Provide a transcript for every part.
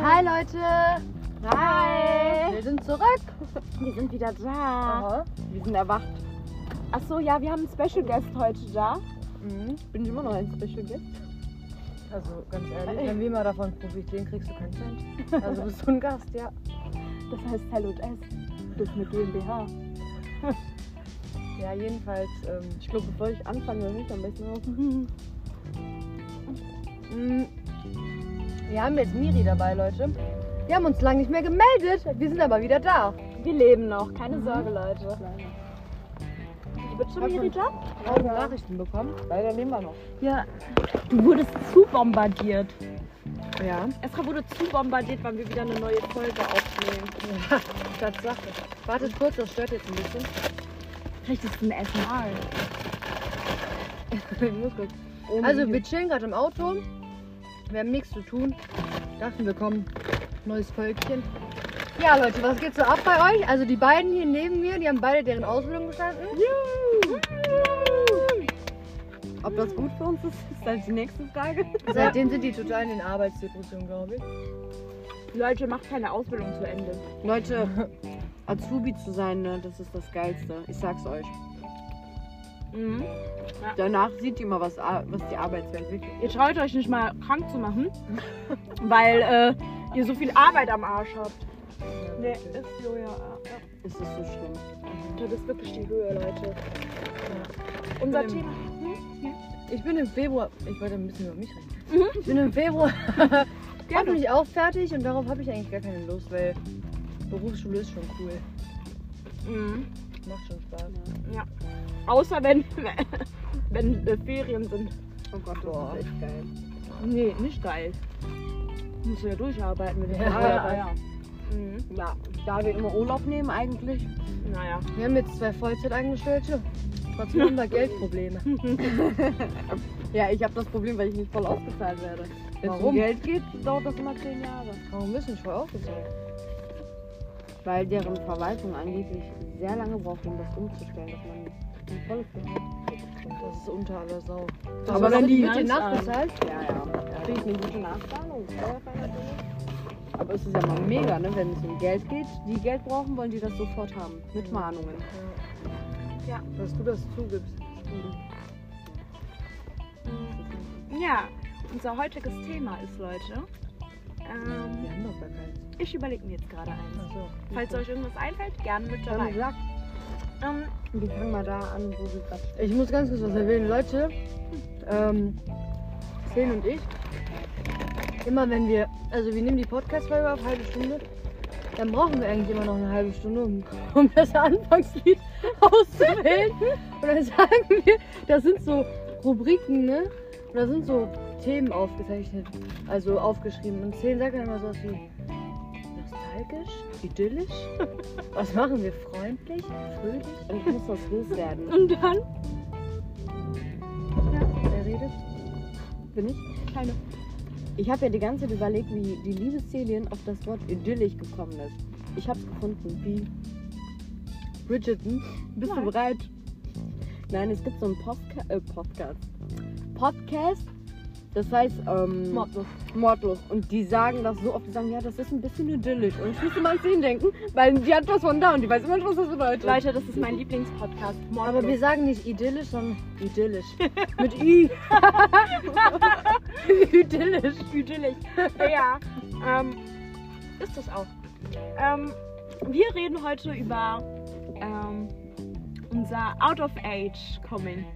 Hi Leute! Ah, Hi! Wir sind zurück! Wir sind wieder da. Aha. Wir sind erwacht. Achso, ja, wir haben einen Special Guest heute da. Bin ich immer noch ein Special Guest? Mhm. Also ganz ehrlich, wenn wir mal davon profitieren, kriegst du keinen Cent. Also bist du ein Gast, ja. Das heißt Hello S. Das mit GmbH. Ja, jedenfalls, ähm, ich glaube, bevor ich anfange, höre ich am besten auf. Mm. Wir haben jetzt Miri dabei, Leute. Wir haben uns lange nicht mehr gemeldet. Wir sind aber wieder da. Wir leben noch, keine Mhm. Sorge, Leute. Bitte, Hat Miri, man- Job? Wir haben Nachrichten bekommen. Leider nehmen wir noch. Ja. Du wurdest zu bombardiert. Ja. Esra wurde zu bombardiert, weil wir wieder eine neue Folge aufnehmen. Tatsache. Wartet kurz, das stört jetzt ein bisschen. Vielleicht ist es ein SMR. Oh Also wir chillen gerade im Auto. Wir haben nichts zu tun. Dachten wir kommen. Neues Völkchen. Ja Leute, was geht so ab bei euch? Also die beiden hier neben mir, die haben beide deren Ausbildung bestanden. Ob das gut für uns ist, ist halt die nächste Frage. Seitdem sind die total in den Arbeitsdepressionen, glaube ich. Leute, macht keine Ausbildung zu Ende. Leute, Azubi zu sein, ne, das ist das Geilste. Ich sag's euch. Mhm. Danach sieht ihr mal, was, Ar- was die Arbeitswelt wirklich Ihr traut euch nicht mal krank zu machen, weil äh, ihr so viel Arbeit am Arsch habt. Nee, ist so, ja. ne. ist. Das so schlimm. Das ist wirklich die Höhe, Leute. Unser Unser Thema- Thema. Ich bin im Februar, ich wollte ein bisschen über mich reden. Mhm. Ich bin im Februar hoffentlich auch fertig und darauf habe ich eigentlich gar keine Lust, weil Berufsschule ist schon cool. Mhm. Macht schon Spaß. Außer wenn, wenn äh, Ferien sind. Oh Gott, das Boah. ist echt geil. Nee, nicht geil. Musst du ja durcharbeiten mit dem Ja, Arbeiter. ja. Mhm. Ja, da wir immer Urlaub nehmen eigentlich. Naja. Wir haben jetzt zwei Vollzeitangestellte. Trotzdem haben wir Geldprobleme. Ja, ich habe das Problem, weil ich nicht voll ausgezahlt werde. Wenn es um Warum? Geld geht, dauert das immer zehn Jahre. Warum müssen wir aufgezahlt? Weil deren Verwaltung angeblich sehr lange braucht, um das umzustellen, dass man ein volles Gehalt Das ist unter aller Sau. Also, Das Aber ist wenn doch die ein Miete Finanzamt. nachbezahlt? Ja, ja. Krieg ich eine gute Nacht. Planung, Aber es ist ja mal mega, ne? wenn es um Geld geht. Die Geld brauchen, wollen die das sofort haben. Mit Mhm. Mahnungen. Ja. Dass du das zugibst. äh, Ja, unser heutiges Thema ist, Leute. Ähm, Wir haben doch gar keins. Ich überlege mir jetzt gerade eins. Achso. Falls euch irgendwas einfällt, gerne mit Dann dabei. sag, Ähm, wir fangen mal da an, wo wir gerade stehen. Ich muss ganz kurz was erwähnen, Leute. Ähm, Sven und ich. Immer wenn wir, also wir nehmen die Podcast-Folge auf, halbe Stunde. Dann brauchen wir eigentlich immer noch eine halbe Stunde, um, um das Anfangslied auszuwählen. Und dann sagen wir, das sind so Rubriken, ne? Und da sind so Themen aufgezeichnet, also aufgeschrieben. Und Sven sagt dann immer sowas wie nostalgisch, idyllisch. Was machen wir? Freundlich, fröhlich? Und Ich muss das loswerden. und dann? Wer redet? Bin ich? Keine. Ich habe ja die ganze Zeit überlegt, wie die liebe Celien auf das Wort idyllisch gekommen ist. Ich hab's gefunden. Wie? Bridgerton, bist Nein. du bereit? Nein, es gibt so einen Postka äh, Podcast. Podcast? Das heißt, ähm, Mordlos. Mordlos. Und die sagen das so oft, die sagen, ja, das ist ein bisschen idyllisch. Und ich muss immer an Celine denken, weil die hat was von da und die weiß immer nicht, was das bedeutet. Leute, das ist mein Lieblingspodcast. Mordlos. Aber wir sagen nicht idyllisch, sondern idyllisch. Mit I. idyllisch. idyllisch. Ja, ähm, ist das auch. Ähm, wir reden heute über ähm, unser Out of Age Coming.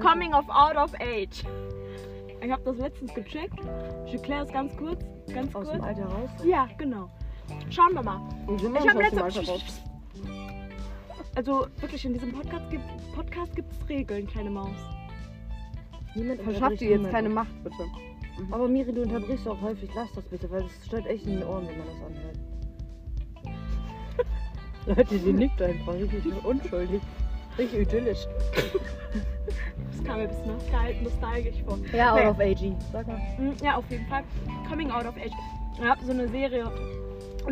Coming of Out of Age. Ich habe das letztens gecheckt. Ich erkläre es ganz kurz. Ganz Aus kurz. dem Alter raus. Ja, genau. Schauen wir mal. Und sind wir Ich uns habe aus dem letzte Alter raus? Also wirklich, in diesem Podcast gibt es Podcast gibt's Regeln, kleine Maus. Niemand Verschafft unterbricht ihr jetzt niemanden. keine Macht, bitte. Aber Miri, du unterbrichst auch häufig. Lass das bitte, weil es stört echt in den Ohren, wenn man das anhört. Leute, die nickt einfach richtig unschuldig. Richtig idyllisch. Das kam mir ein bisschen nostal- nostalgisch vor. Ja, Nee. out of AG. Sag mal. Mm, Ja, auf jeden Fall. Coming Out of Age. Ich habe so eine Serie,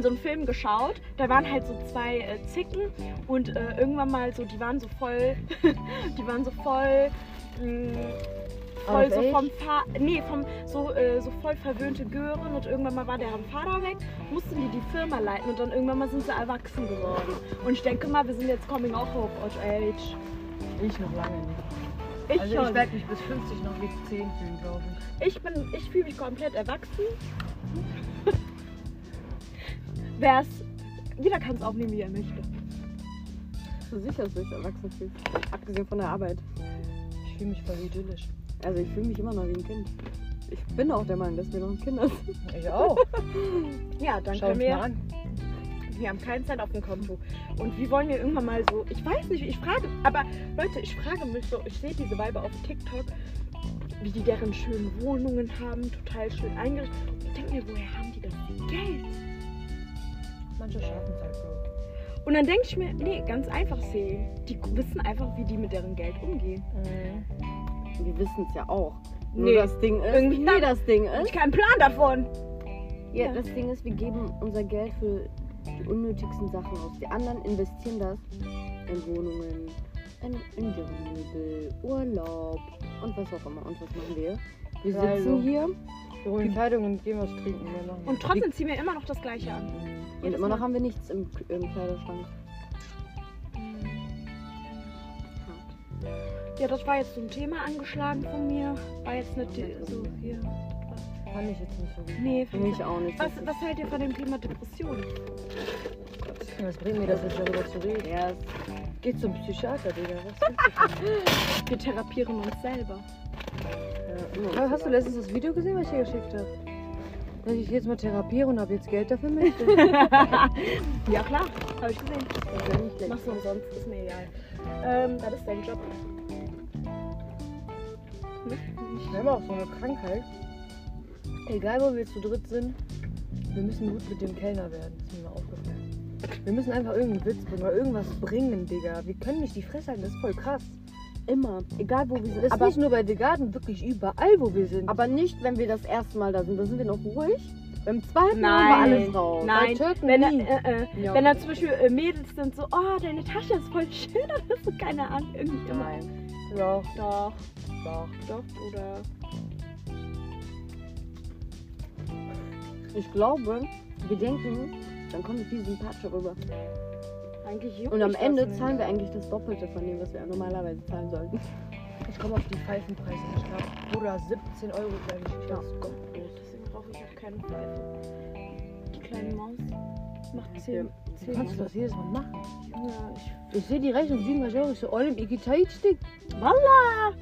so einen Film geschaut. Da waren halt so zwei äh, Zicken und äh, irgendwann mal so, die waren so voll, die waren so voll mm, Out voll of so age? vom Fa nee, vom so, äh, so voll verwöhnte Gören und irgendwann mal war deren Vater weg, mussten die die Firma leiten und dann irgendwann mal sind sie erwachsen geworden. Und ich denke mal, wir sind jetzt coming auch of age. Ich noch lange nicht. Ich also ich schon. werde mich bis 50 noch wie 10 fühlen, glaube ich. Ich bin, ich fühle mich komplett erwachsen. Wer's, jeder kann es aufnehmen, wie er möchte. Bist du sicher, dass du dich erwachsen fühlst? Abgesehen von der Arbeit. Ich fühle mich voll idyllisch. Also ich fühle mich immer noch wie ein Kind. Ich bin auch der Meinung, dass wir noch ein Kind sind. Ich auch. Ja, dann Schau können uns mal wir. an. Wir haben keinen Cent auf dem Konto. Und wie wollen wir irgendwann mal so. Ich weiß nicht, ich frage. Aber Leute, ich frage mich so. Ich sehe diese Weiber auf TikTok, wie die deren schönen Wohnungen haben, total schön eingerichtet. Ich denke mir, woher haben die das Geld? Manche schaffen es halt so. Und dann denke ich mir, nee, ganz einfach, See. Die wissen einfach, wie die mit deren Geld umgehen. Mhm. Wir wissen es ja auch. Nur Nee, das Ding ist, irgendwie wie dann- das Ding Ich ist. hab keinen Plan davon. Ja, Ja. das Ding ist, wir geben unser Geld für die unnötigsten Sachen aus. Die anderen investieren das in Wohnungen, in, in deren Möbel, Urlaub und was auch immer. Und was machen wir? Wir Ja, sitzen also. hier Wir holen Kleidung und gehen was trinken. Wir machen. Und trotzdem ziehen wir immer noch das Gleiche an. und Jedes immer noch Mal. haben wir nichts im, im Kleiderschrank. Ja, das war jetzt so ein Thema angeschlagen von mir. War jetzt nicht die- so hier. fand ich jetzt nicht so gut. Nee, Für mich auch nicht. was, was hält ihr von dem Thema Depression? Was bringt mir das jetzt darüber zu reden? Ja, es- Geht zum Psychiater, Digga. Was Wir therapieren uns selber. Ja, Aber hast du letztens das Video gesehen, was ich dir geschickt habe? Dass ich jetzt mal therapiere und habe jetzt Geld dafür möchte. Ja klar, habe ich gesehen. letztens? Machst du umsonst, ist mir egal. Ähm, das ist dein Job. Hm? Wir haben auch so eine Krankheit. Egal, wo wir zu dritt sind, wir müssen gut mit dem Kellner werden. Das ist mir mal aufgefallen. Wir müssen einfach irgendeinen Witz bringen oder irgendwas bringen, Digga. Wir können nicht die Fresse halten, das ist voll krass. Immer. Egal wo wir Das sind. ist Aber, nicht nur bei Degarden, wirklich überall, wo wir sind. aber nicht, wenn wir das erste Mal da sind. Da sind wir noch ruhig. Beim zweiten Mal Nein. haben wir alles raus. bei Nein, Türken wenn er, nie. äh, äh, Ja. wenn da zum Beispiel äh, Mädels sind, so, oh, deine Tasche ist voll schön, dann hast du keine Ahnung, irgendwie immer. Nein. Ja, Doch, ja. doch, oder. Ich glaube, wir denken, dann kommen wir viel sympathischer rüber. Eigentlich juckt Und am mich das Ende ne? nicht. zahlen wir eigentlich das Doppelte von dem, was wir normalerweise zahlen sollten. Ich komme auf die Pfeifenpreise nicht klar. Oder 17 Euro, glaube ich. Ja. Let's go. Oh, Deswegen brauche ich auch keine Pfeife. Die kleine Maus macht 10. Okay. Du kannst du das jedes Mal machen. Ja, ich, Ich sehe die Rechnung 37 Euro. Ich so, Olem, ihr geht Stick. Walla!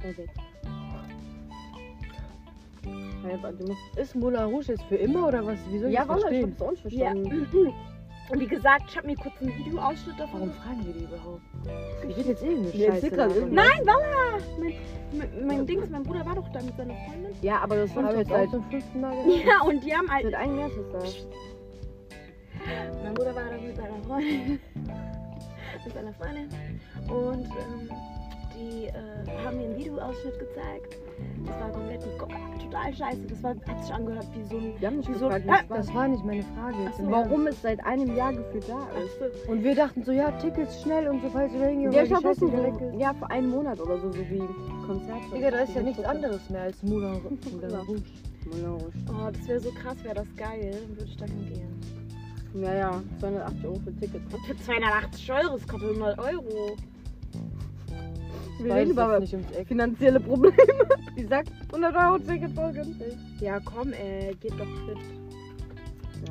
Perfekt. Ja, du musst- Ist Moulin Rouge jetzt für immer oder was? Wie soll ich Ja, das Roller, ich verstehen? hab's auch nicht verstanden. Und wie gesagt, ich habe mir kurz einen Videoausschnitt davon Warum fragen wir die überhaupt? Ich rede jetzt irgendeine Wir Scheiße. entwickeln nach. irgendwas. Nein, Walla! Mein, mein, mein Dings, mein Bruder war doch da mit seiner Freundin. Ja, aber das Das haben wir ist jetzt auch seit, zum fünften Mal gemacht. Ja, und die haben halt. seit einem Jahr ist das. Mein Bruder war da mit seiner Freundin. mit seiner Freundin. Und ähm, die äh, haben mir einen Videoausschnitt gezeigt. Das war komplett total scheiße. Das war, hat sich angehört wie so ein. Wir haben nicht Wieso? gefragt, Ah, was war. Das war nicht meine Frage. jetzt Ach so. im Ernst. Warum es seit einem Jahr gefühlt da ist. Und wir dachten so, ja, Tickets schnell und so, falls wir da hingehen, Ja, weil ich die glaube, das Scheiße ist wieder weg so, ja, für einen Monat oder so, so wie Konzerte. Digga, da ist ja Die nichts Gruppe. anderes mehr als Moulin Rouge. Moulin Rouge. Moulin Rouge. Oh, das wäre so krass, wäre das geil. Dann würde ich da hingehen. Ja, ja, 280 Euro für Tickets. Und für 280 Euro, das kostet 100 Euro. Wir Beides reden ist über nicht ums Eck. finanzielle Probleme. Die sagt 100 Euro Ticket voll günstig. Ja, komm, ey, geht doch fit.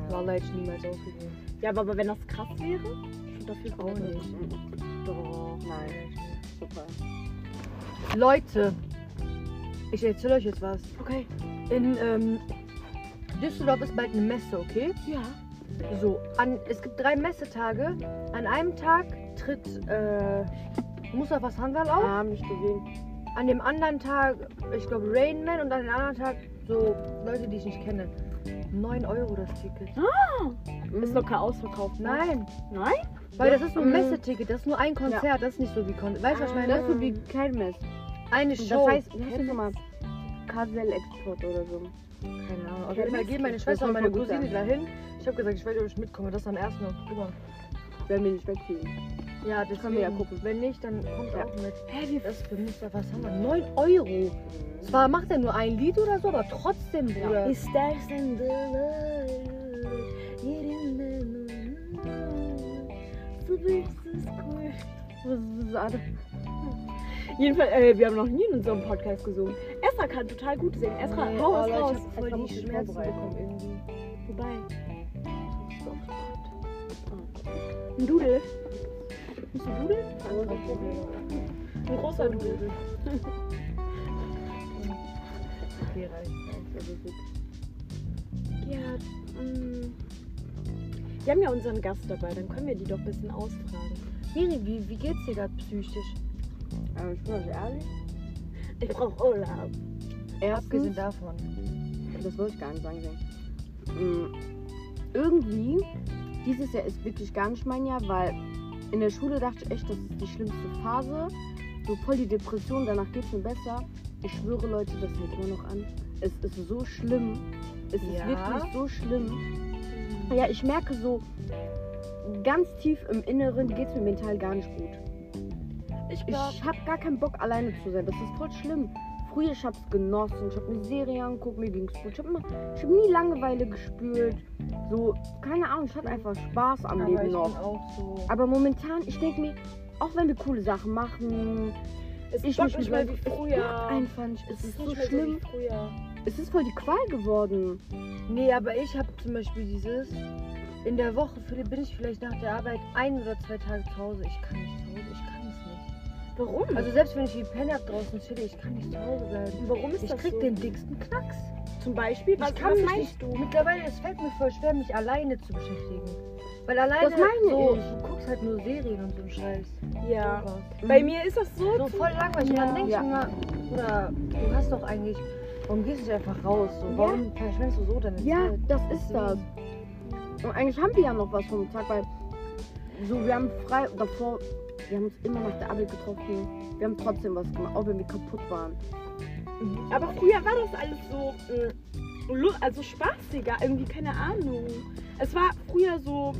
War leider niemals aufgegeben. Ja, aber, aber wenn das krass wäre, schon dafür Auch nicht. Doch. Oh, Nein, Oh, super. Leute, ich erzähle euch jetzt was. Okay. In ähm, Düsseldorf ist bald eine Messe, okay? Ja. So, an, es gibt drei Messetage. An einem Tag tritt äh, Mustafas Handal auf. Ah, hab ich gesehen. An dem anderen Tag, ich glaube, Rain Man und an dem anderen Tag so Leute, die ich nicht kenne. 9 Euro das Ticket. Ist locker ausverkauft. ne? Nein, Nein? weil das ist nur ein Mhm. Messeticket, das ist nur ein Konzert, das ist nicht so wie Konzert. Weißt du, was ich meine? Das ist so wie kein Mess. eine Das Show. heißt, wie heißt das nochmal? Kasell-Export oder so. Keine Ahnung. Auf Ja, jeden Fall das gehen meine ist- Schwester und das soll meine voll gut Cousine dahin. Ich habe gesagt, ich weiß nicht, ob ich mitkomme. Das ist am 1. Oktober. Wenn wir nicht wegfliegen. Ja, das Können wir ja gucken. Wenn nicht, dann kommt Ja. auch mit. Hä, wie das für mich, was haben wir? 9 Euro. Zwar macht er nur ein Lied oder so, aber trotzdem, Bruder. Ist das denn the world? So bist es cool. Das ist alles. Jedenfalls, äh, wir haben noch nie in unserem Podcast gesungen. Esra kann total gut singen. Esra, Nee, hau oh, es Leute, raus. ich hab Voll Esra die muss sich Schmerzen vorbereiten. bekommen irgendwie. Vorbei. Ein Dudel. Bist du Dudel? Also, das Problem. Ein großer Dudel. Okay, reicht. Also, das Ja, ähm. Wir haben ja unseren Gast dabei, dann können wir die doch ein bisschen ausfragen. Miri, wie, wie geht's dir gerade psychisch? Aber Ähm, ich bin euch ehrlich, Ich brauche Urlaub. erstens, Abgesehen davon. das wollte ich gar nicht sagen. Mm, Irgendwie, dieses Jahr ist wirklich gar nicht mein Jahr, weil in der Schule dachte ich echt, das ist die schlimmste Phase. So voll die Depression, danach geht's mir besser. Ich schwöre Leute, das hält immer noch an. Es ist so schlimm. Es ist Ja? wirklich so schlimm. Ja, ich merke so, ganz tief im Inneren geht's mir mental gar nicht gut. Ich Ich glaube, hab gar keinen Bock, alleine zu sein. Das ist voll schlimm. Früher, ich hab's genossen. Ich hab eine Serie angeguckt, mir ging's gut. Ich hab, immer, ich hab nie Langeweile gespürt. So, keine Ahnung, ich hatte einfach Spaß am Aber Leben ich noch. bin auch so. Aber momentan, ich denk mir, auch wenn wir coole Sachen machen, es ich ich mich nicht mit mehr wie Leuten- es Ah. früher. einfach nicht. Es Es ist ist so nicht mehr so wie schlimm. früher. Es ist voll die Qual geworden. Nee, aber ich habe zum Beispiel dieses. In der Woche vielleicht- bin ich vielleicht nach der Arbeit ein oder zwei Tage zu Hause. Ich kann nicht zu Hause, ich kann es nicht. Warum? Also selbst wenn ich wie Penner draußen chille, ich kann nicht zu Hause bleiben. warum ist Ich das krieg so? den dicksten Knacks. Zum Beispiel, was, ich kann was mich meinst nicht, Mittlerweile, es fällt mir voll schwer, mich alleine zu beschäftigen. Weil alleine, Das meine so, ich. du guckst halt nur Serien und so einen Scheiß. du? Ja. Sowas. Bei mir ist das Mhm. so. So voll langweilig. Und Ja. dann denke ich Ja. mir mal, Bruder, du hast doch eigentlich, warum gehst du nicht einfach raus? So, Ja. warum verschwendest du so deine Ja, Zeit? das ist das. Und eigentlich haben wir ja noch was vom Tag, weil so, wir haben frei davor, wir haben uns immer nach der Arbeit getroffen. Wir haben trotzdem was gemacht, auch wenn wir kaputt waren. Aber früher war das alles so, mh, lu- also spaßiger, irgendwie, keine Ahnung. Es war früher so,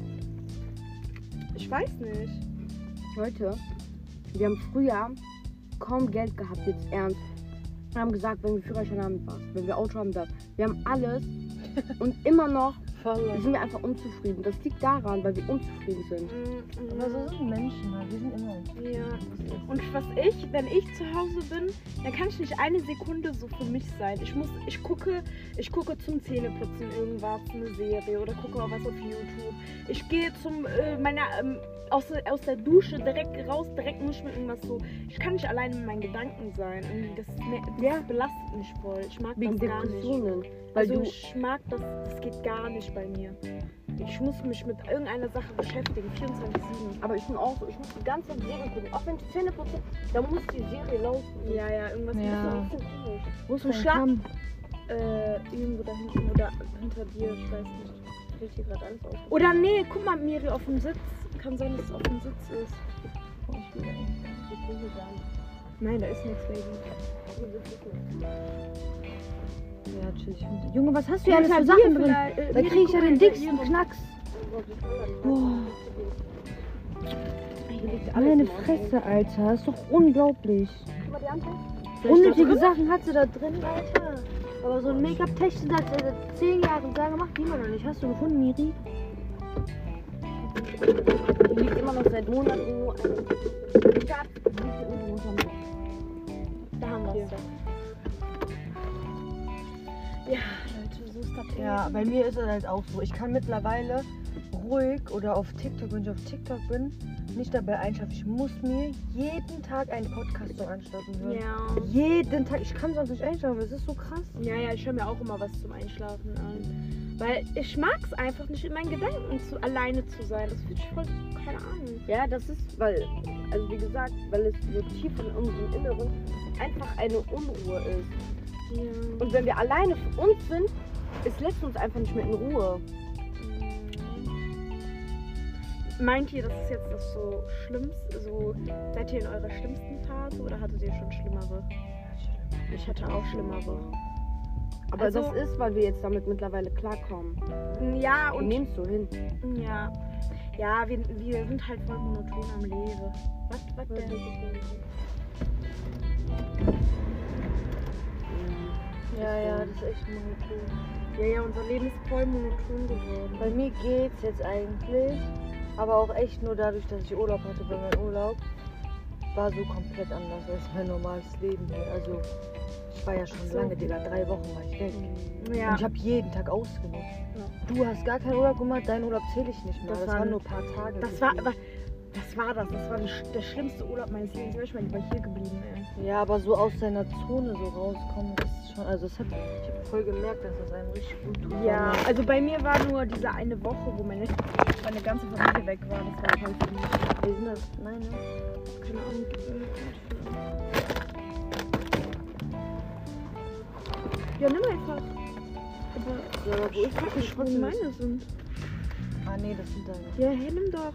ich weiß nicht. Leute, wir haben früher kaum Geld gehabt, jetzt ernst. Wir haben gesagt, wenn wir Führerschein haben, das, wenn wir Auto haben, das. Wir haben alles und immer noch Voll. sind wir einfach unzufrieden. Das liegt daran, weil wir unzufrieden sind. Aber so sind Menschen, halt. wir sind immer uns. Mm, Ja. Und was ich, wenn ich zu Hause bin, dann kann ich nicht eine Sekunde so für mich sein. Ich muss, ich gucke, ich gucke zum Zähneputzen irgendwas, eine Serie oder gucke auch was auf YouTube. Ich gehe zum äh, meiner ähm, aus, der- aus der Dusche direkt raus, direkt mischen mit irgendwas so. Ich kann nicht alleine mit meinen Gedanken sein. Irgendwie das, ne- das Ja. belastet mich voll. Ich mag Wegen das gar nicht. Depressionen. Weil Also du ich mag das, das geht gar nicht bei mir. Ich muss mich mit irgendeiner Sache beschäftigen, 24-7. Aber ich bin auch so, ich muss die ganze Zeit Serien gucken. Auch wenn ich Zähne putze, da muss die Serie laufen. Ja, ja, irgendwas Ja. muss man Das ist so komisch. Wo ist mein Schlafen? Äh, irgendwo da hinten oder hinter dir, ich weiß nicht. Ich krieg hier gerade alles aus. Oder nee, guck mal, Miri auf dem Sitz. Kann sein, dass es auf dem Sitz ist. Oh, Ich will hier gar nicht. Nein, da ist nichts wegen. Hier sitzt es nicht. Ja, tschüss. ich find- Junge, was hast du hier alles halt für Sachen drin? äh, Da krieg ich ja den dicksten Knacks. Oh Gott, ich kann gar nicht. Boah. Hier liegt alles Meine im Auto. Fresse, Alter. Das ist doch unglaublich. Guck mal die andere. Unnötige Sachen hat sie da drin, Alter. Aber so ein Make-up-Technik hat sie seit 10 Jahren da gemacht. Niemand noch nicht. Hast du gefunden, Miri? Die liegt immer noch seit Monaten irgendwo. Ich hab die liegt hier irgendwo unterm Bett. Da haben wir es doch. Ja, Leute, so ist das. Ja, eben. bei mir ist es halt auch so. Ich kann mittlerweile ruhig oder auf TikTok, wenn ich auf TikTok bin, nicht dabei einschlafen. Ich muss mir jeden Tag einen Podcast so anstarten hören. Ja. Jeden Tag. Ich kann sonst nicht einschlafen. Es ist so krass. Ja, ja, ich höre mir auch immer was zum Einschlafen an. Weil ich mag es einfach nicht, in meinen Gedanken zu, alleine zu sein. Das finde ich voll, keine Ahnung. Ja, das ist, weil, also wie gesagt, weil es so tief in unserem Inneren einfach eine Unruhe ist. Ja. Und wenn wir alleine für uns sind, es lässt uns einfach nicht mehr in Ruhe. Ähm, Meint ihr, das ist jetzt das so schlimmste, so seid ihr in eurer schlimmsten Phase oder hattet ihr schon schlimmere? Ich hatte auch schlimmere. Aber Also- das ist, weil wir jetzt damit mittlerweile klarkommen. Ja, Und und nimmst du hin. ja. Ja, wir, wir sind halt voll monoton am Leben. Was, was Ja. denn? Ja, ja, das ist echt monoton. Ja, ja, unser Leben ist voll monoton geworden. Bei mir geht's jetzt eigentlich, aber auch echt nur dadurch, dass ich Urlaub hatte, weil mein Urlaub war so komplett anders als mein normales Leben. hier. Also ich war ja schon so. lange, Digga, drei Wochen war ich weg. Und Ja, ich habe jeden Tag ausgenutzt. Ja. Du hast gar keinen Urlaub gemacht, deinen Urlaub zähle ich nicht mehr. Das Das, waren- waren nur ein paar Tage. das war, aber, das war das. Das war die, sch- der schlimmste Urlaub meines Lebens. Ich bin lieber hier geblieben, ey. Ja, aber so aus seiner Zone so rauskommen, das ist schon. Also, das hat, ich habe voll gemerkt, dass das einem richtig gut tut. Ja, also bei mir war nur diese eine Woche, wo meine, meine ganze Familie weg war. Das war voll für mich. Wir sind das. Nein, ne? Keine Ahnung. gib mir eine. Ja, nimm einfach. Aber Ja, aber wo ich ist frag das mich, wo denn? die meine sind. Ah, nee, das sind deine. Ja, hey, nimm doch.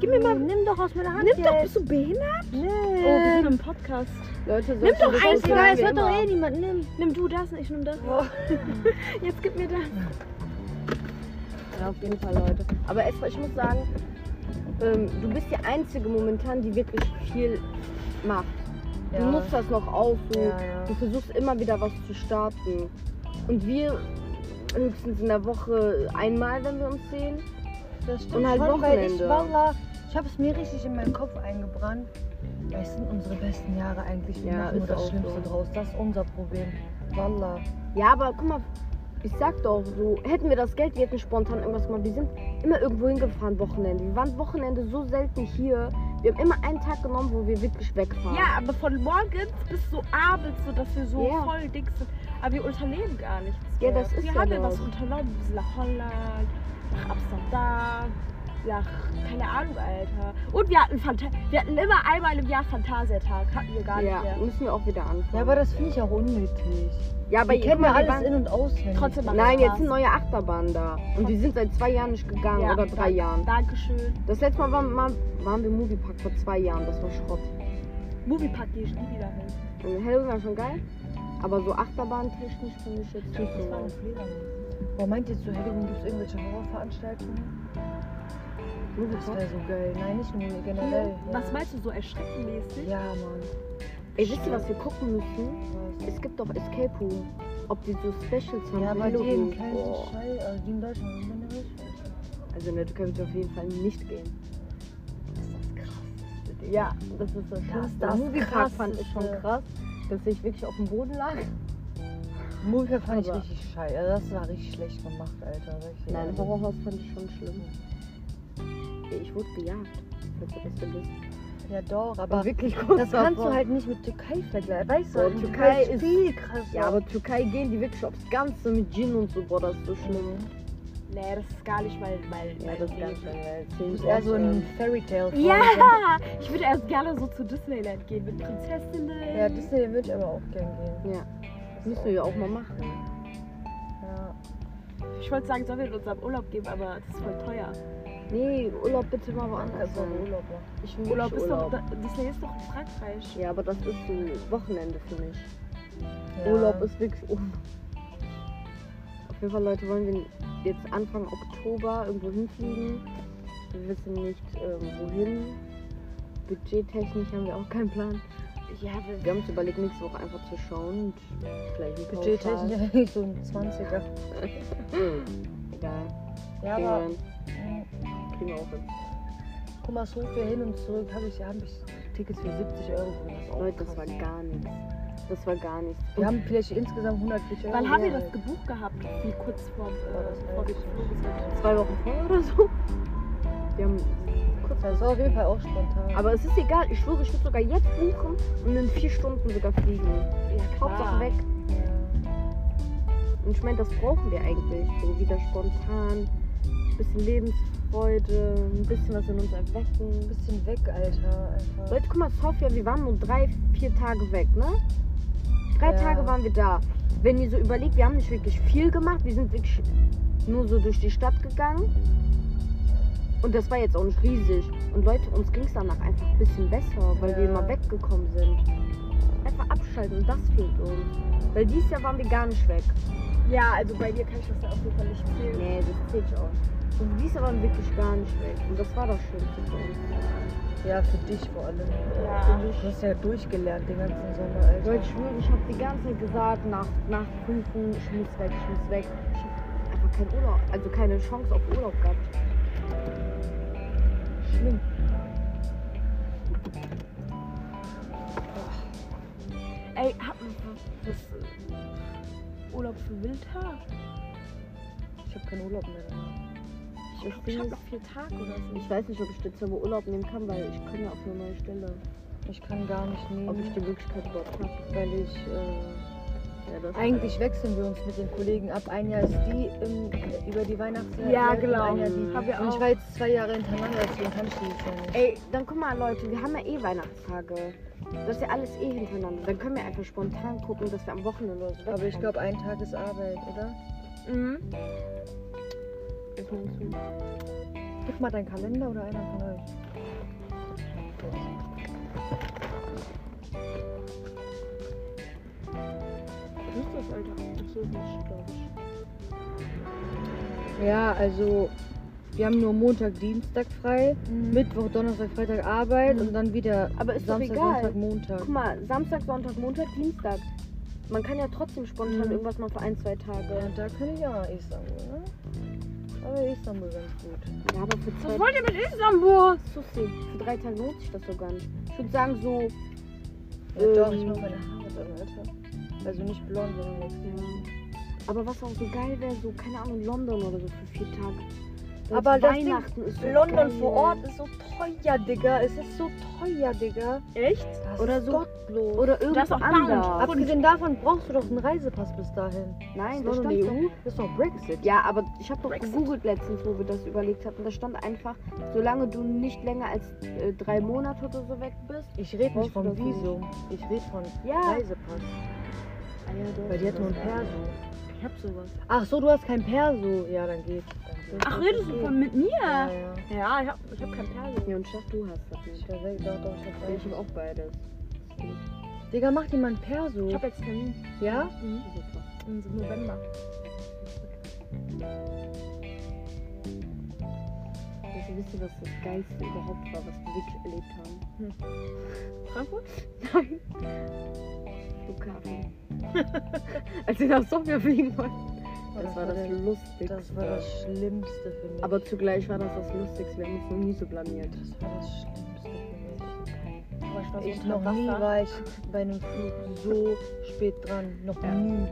Gib mir mal. Nimm doch aus meiner Hand. Nimm doch, jetzt. bist du behindert? Oh, wir Nimm. sind im Podcast. Leute, Nimm doch das eins, ist Digga, wie es das wird hört immer. doch eh niemand. Nimm. Nimm du das, ich nimm das. Oh. Jetzt gib mir das. Ja, auf jeden Fall, Leute. Aber Esra, ich muss sagen, ähm, du bist die Einzige momentan, die wirklich viel macht. Du musst das noch aufsuchen. Ja, ja. Du versuchst immer wieder was zu starten. Und wir höchstens in der Woche einmal, wenn wir uns sehen. Das stimmt Und halt schon, weil ich, Wochenende. Wallah, ich habe es mir richtig in meinen Kopf eingebrannt. Ja, Es sind unsere besten Jahre eigentlich. Wir Ja, machen nur ist das auch Schlimmste so. draus. Das ist unser Problem. Wallah. Ja, aber guck mal, ich sag doch so, hätten wir das Geld, wir hätten spontan irgendwas gemacht. Wir sind immer irgendwo hingefahren, Wochenende. Wir waren Wochenende so selten hier. Wir haben immer einen Tag genommen, wo wir wirklich wegfahren. Ja, aber von morgens bis so abends, so dass wir so Ja. voll dick sind. Aber wir unternehmen gar nichts. Ja, mehr. das ist Wir ja genau. haben ja das. was unternommen. Wir sind nach Holland, nach Amsterdam, nach keine Ahnung, Alter. Und wir hatten, Phanta wir hatten immer einmal im Jahr Phantasietag. Hatten wir gar ja nicht mehr. müssen wir auch wieder anfangen. Ja, aber das finde ich auch unnötig. ja, aber Wir kennen ja guck mal, wir alles in- und auswendig. Trotzdem macht Nein, jetzt Spaß. sind neue Achterbahnen da. Und wir sind seit zwei Jahren nicht gegangen Ja, oder drei dank- Jahren. Dankeschön. Das letzte Mal waren, waren, waren wir im Moviepark vor zwei Jahren, das war Schrott. Moviepark gehe ich nie wieder hin. Und Halloween war schon geil, aber so Achterbahntechnisch finde ich jetzt nicht Das war so. ein Fledermaus. Boah, meint ihr zu Halloween gibt es irgendwelche Horrorveranstaltungen? Das Moviepark? wäre so geil. Nein, nicht nur generell. Ja. Was meinst du, so erschreckenmäßig? Ja, Mann. Ey, wisst ihr, was wir gucken müssen? Was? Es gibt doch Escape Room. Ob die so Specials haben Ja, für bei denen Halloween. kein Boah. Scheiß. Also die in Deutschland sind meine Reichweite. Also in der Türkei wird auf jeden Fall nicht gehen. Das ist das krasseste Ding. Ja, das ist das Schlimmste. Das, Moviepark Krasseste. fand ich schon krass, dass ich wirklich auf dem Boden lag. Moviepark fand ich Aber- richtig scheiße. Also das war richtig schlecht gemacht, Alter. Also, Richtig. Nein, Horrorhaus fand ich schon schlimm. Ich wurde gejagt, falls ihr das denn wisst. Ja, doch, aber wirklich kurz das kannst du halt nicht mit Türkei vergleichen. Weißt du, Boah, in Türkei ist ist- viel krasser. Ja, aber Türkei gehen die wirklich aufs Ganze mit Gin und so, boah, das ist so schlimm. Nee, das ist gar nicht mein, mein, mein Leben. Du schlimm. bist eher so ein Fairy Tale. Ja, ich würde erst gerne so zu Disneyland gehen mit Prinzessinnen. Ja, Disney würde ich aber auch gern gehen. Ja. Das Müssen wir ja auch mal machen. Ja. Ich wollte sagen, sollen wir in unserem Urlaub gehen, aber das ist voll teuer. Nee, Urlaub bitte mal woanders. Also hin. Urlaub machen. Ich will Urlaub Urlaub ist Urlaub. doch, Disney ist doch in Frankreich. Ja, aber das ist so Wochenende für mich. Ja. Urlaub ist wirklich Urlaub. Auf jeden Fall, Leute, wollen wir jetzt Anfang Oktober irgendwo hinfliegen. Wir wissen nicht, ähm, wohin. Budgettechnisch haben wir auch keinen Plan. Ja, wir- Wir haben uns überlegt, nächste Woche einfach zu schauen und vielleicht ein budgettechnisch Pauschal- eigentlich so ein 20er. Egal. Ja, Kriegen aber hm, wir hin. Hm. Kriegen wir auch hin. guck mal, so viel hin und zurück habe ich, hab ich Tickets für 70 Euro für das auch Leute, das krass. war gar nichts. Das war gar nichts. Wir haben vielleicht insgesamt 140 Euro. Wann haben wir mehr. das gebucht gehabt? Wie kurz vor, War das Oh äh, vor wir nicht? geflogen sind. zwei Wochen vorher oder so. Wir haben kurz Das war auf jeden Fall auch spontan. Aber es ist egal, ich schwöre, ich würde sogar jetzt buchen und in vier Stunden sogar fliegen. Ja, klar. Hauptsache weg. Ja. Und ich meine, das brauchen wir eigentlich. So wieder spontan, bisschen Lebensfreude, ein bisschen was in uns Ein erwecken. bisschen weg, Alter. Einfach. Leute, guck mal, Sofia, wir waren nur drei, vier Tage weg, ne? Drei Ja. Tage waren wir da. Wenn ihr so überlegt, wir haben nicht wirklich viel gemacht, wir sind wirklich nur so durch die Stadt gegangen. Und das war jetzt auch nicht riesig. Und Leute, uns ging es danach einfach ein bisschen besser, weil wir Ja. immer weggekommen sind. Einfach abschalten, das fehlt uns. Weil dieses Jahr waren wir gar nicht weg. Ja, also bei dir kann ich das ja auf jeden Fall nicht zählen. Nee, das zählt auch. Und die ist aber wirklich gar nicht weg. Und das war das Schönste für uns. Ja, für dich vor allem. Ja. Du hast ja durchgelernt den ganzen Sommer, Alter. Weil ich schwöre, ich habe die ganze Zeit gesagt, nach, nach Prüfung, ich muss weg, ich muss weg. Ich habe einfach keinen Urlaub, also keine Chance auf Urlaub gehabt. Schlimm. Ey, hab was. äh, Urlaub für Wildtag? Ich habe keinen Urlaub mehr. Das Ich, Ding hab ist, noch vier Tage oder so. ich weiß nicht, ob ich Dezember Urlaub nehmen kann, weil ich komme ja auf eine neue Stelle. Ich kann gar nicht Ob ich nehmen, die Möglichkeit überhaupt habe. weil ich... Äh, Ja, das Eigentlich wechseln wir uns mit den Kollegen ab. Ein Jahr ist die im, über die Weihnachtszeit. Ja, und genau. Ein Jahr die. Hab wir Und ich auch. war jetzt zwei Jahre hintereinander, deswegen kann ich dieses Jahr nicht. halt- Ey, dann guck mal, Leute, wir haben ja eh Weihnachtstage. Das ist ja alles eh hintereinander. Dann können wir einfach spontan gucken, dass wir am Wochenende oder so Aber ich wegkommen. glaube, ein Tag ist Arbeit, oder? Mhm. Ich nehme zu. Guck mal deinen Kalender oder einer von euch. Was ist das, Alter? Das ist nicht, glaub ich. Ja, also wir haben nur Montag, Dienstag frei, Mittwoch, Donnerstag, Freitag Arbeit Mhm. und dann wieder Aber ist doch Samstag, egal. Sonntag, Montag. Guck mal, Samstag, Sonntag, Montag, Dienstag. Man kann ja trotzdem spontan Mhm. irgendwas mal für ein, zwei Ja, Tage. und da kann ich ja mal Istanbul, ne? Aber Istanbul ganz gut. Ja, aber für zwei Was wollt ihr mit Istanbul? Mhm. Sussi, für drei Tage lohnt sich das doch gar nicht. Ich würde sagen so, Ja, doch, ich Ähm. mache meine Haare dann, Alter. Also nicht blond, sondern jetzt. aber was auch so geil wäre, so, keine Ahnung, London oder so für vier Tage. Weil Aber das Ding- Weihnachten ist so London geil. vor Ort ist so teuer, Digga. Es ist so teuer, Digga. Echt? Das Oder ist so- gottlos. Oder Das irgendwo ist auch anders. Pound. Abgesehen davon brauchst du doch einen Reisepass bis dahin. Nein, das das ist stand doch doch. nicht E Das ist doch Brexit. Ja, aber ich habe doch Brexit. gegoogelt letztens, wo wir das überlegt hatten. Da stand einfach, solange du nicht länger als äh, drei Monate oder so weg bist. Ich rede nicht Brauchst du vom das nicht. Visum. Ich rede von Ja. Reisepass. Ah ja Weil die hat nur ein Perso. Ich hab sowas. Ach so, du hast kein Perso. Ja, dann geht's. Dann geht's. Ach, redest du von mit Ja, mir? ja. Ja, ich hab, ich hab kein Perso. Ja, und Chef, du hast das Ich nicht. hab weg, doch, doch, ich hab Ich hab weg. auch beides. Digga, mach dir mal ein Perso. Ich hab jetzt Termin Ja? Mhm. Super. im November. Also wisst ihr, was das Geilste überhaupt war, was wir wirklich erlebt haben? Hm. Frankfurt? Nein. Flughafen. Als wir nach Sofia fliegen wollten. Das, war das der- Lustigste. Das war das Schlimmste für mich. Aber zugleich war das das Lustigste. Wir haben uns noch nie so blamiert. das war das Schlimmste für mich. Boah, ich war Ich noch nie war ich bei einem Flug so spät dran. Noch Ja. nie.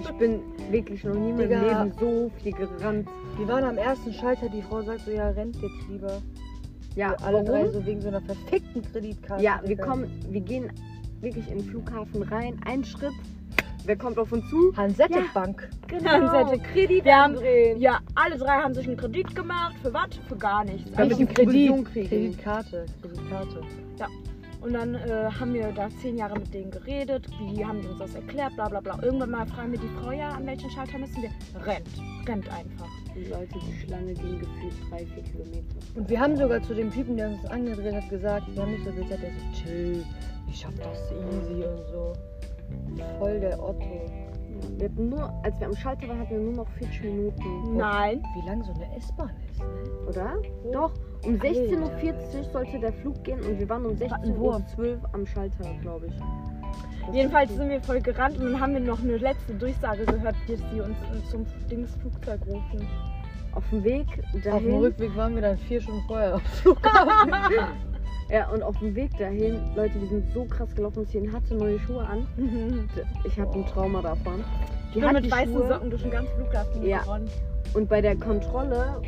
Ich bin wirklich noch nie in meinem Digga. Leben so viel gerannt. Wir waren am ersten Schalter, die Frau sagt so, ja, rennt jetzt lieber. Ja, wir alle drei warum? so wegen so einer verfickten Kreditkarte. Ja, wir Digga. kommen, wir gehen wirklich in den Flughafen rein. Ein Schritt. Wer kommt auf uns zu? Hansette Bank. Hansette Genau. Kredit Wir haben- andrehen. Ja, alle drei haben sich einen Kredit gemacht. Für was? Für gar nichts. Damit Eigentlich- die Provision kriegen. Kreditkarte. Kreditkarte. Und dann äh, haben wir da zehn Jahre mit denen geredet. Wie haben die uns das erklärt? Bla bla bla. Irgendwann mal fragen wir die Frau ja, an welchen Schalter müssen wir? Rennt. Rennt einfach. Die Leute, die Schlange ging gefühlt drei, vier Kilometer. Und wir haben sogar zu dem Typen, der uns das angedreht hat, gesagt, wir haben nicht so viel Zeit, der so, chill, ich schaff das easy und so. Voll der Otto. Ja, wir hatten nur, als wir am Schalter waren, hatten wir nur noch 40 Minuten. Nein. Wie lang so eine S-Bahn ist, ne? Oder? Doch, um Alter. 16.40 Uhr sollte der Flug gehen und wir waren um Wurm. 16.12 Uhr am Schalter, glaube ich. Das Jedenfalls ist- sind wir voll gerannt und dann haben wir noch eine letzte Durchsage gehört, dass die uns äh, zum Dingsflugzeug rufen. auf dem Weg Auf dem dahin. Rückweg waren wir dann vier Stunden vorher. ja, und auf dem Weg dahin, Leute, wir sind so krass gelaufen. Zehn hatte neue Schuhe an. Ich habe ein Trauma davon. Ich bin hat mit Mhm. die weißen Schuhe. Socken durch den ganzen Flughafen Ja. gerannt. Und bei der Kontrolle,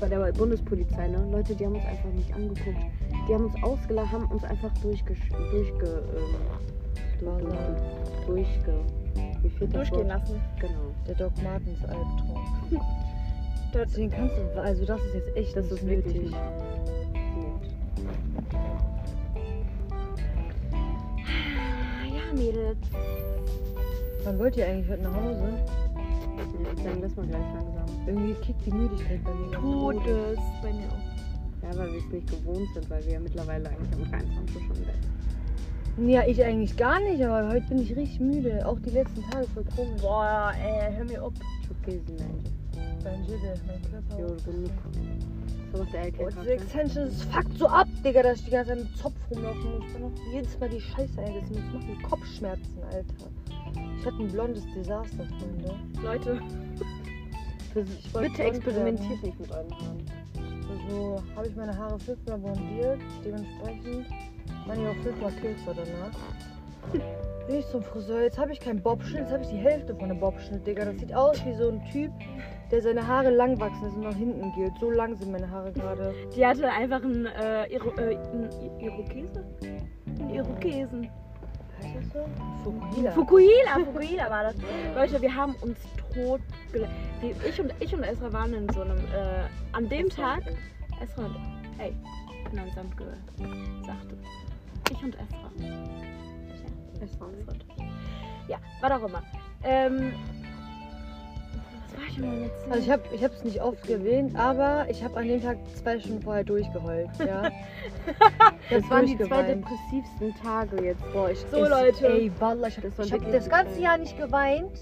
bei der Bundespolizei, ne? Leute, die haben uns einfach nicht angeguckt. Die haben uns ausgelacht, haben uns einfach durchge... durchge... Ähm, durch, durch, durchge... Wie viel Durchgehen lassen. Genau. Der Doc Martens Albtraum. Der- Deswegen kannst du, also das ist jetzt echt, Das nicht ist wirklich nötig. nicht nötig. Ah, ja, Mädels. Wann wollt ihr eigentlich heute nach Hause? Ja, ich sage, lass mal gleich langsam. Irgendwie kickt die Müdigkeit bei mir. ganz gut. Todes. Bei mir auch. Ja, weil wir es nicht gewohnt sind, weil wir ja mittlerweile eigentlich um 23 Uhr schon weg. Ja, ich eigentlich gar nicht, aber heute bin ich richtig müde. Auch die letzten Tage voll komisch. Boah, ey, hör mir auf. Türkisen, Mensch. Mein Jibbel, mein Körper. Jo, genug. So macht der Boah, diese LK. Extension, das fuckt so ab, Digga, dass ich die ganze Zeit mit Zopf rumlaufen muss. Ich bin auch jedes Mal die Scheiße eingesetzt. Ich macht mir Kopfschmerzen, Alter. Ich hatte ein blondes Desaster, Freunde. Leute, Ich wollte Bitte blond experimentiert nicht mit euren Haaren. werden. So habe ich meine Haare fünfmal blondiert. Dementsprechend waren die auch fünfmal kürzer danach. ne? Bin ich zum Friseur. Jetzt habe ich keinen Bobschnitt, jetzt habe ich die Hälfte von einem Bobschnitt, Digga. Das sieht aus wie so ein Typ, der seine Haare lang wachsen lässt und nach hinten geht. So lang sind meine Haare gerade. die hatte einfach einen, äh, Iro äh, einen I- Irokese? Einen Irokesen. Heißt das so? Ja. Fukuhila. Fukuhila, Fukuhila war das. Leute, wir haben uns tot gel- wir- ich und Ich und Esra waren in so einem. Äh, an dem Tag. Esra und. Hey, gemeinsam gesagt. Ich und Esra. Es war nicht. Esra und ich. Ja, war doch immer. Ähm. Was war ich denn jetzt? Also ich habe es nicht oft erwähnt, aber ich habe an dem Tag zwei Stunden vorher durchgeheult. Ja. Ich hab Das waren die zwei durchgeweint. depressivsten Tage jetzt. Boah, ich So, Es- Leute. Ey, Balla, ich habe Das das, war ich hab wirklich das ganze geil. Jahr nicht geweint.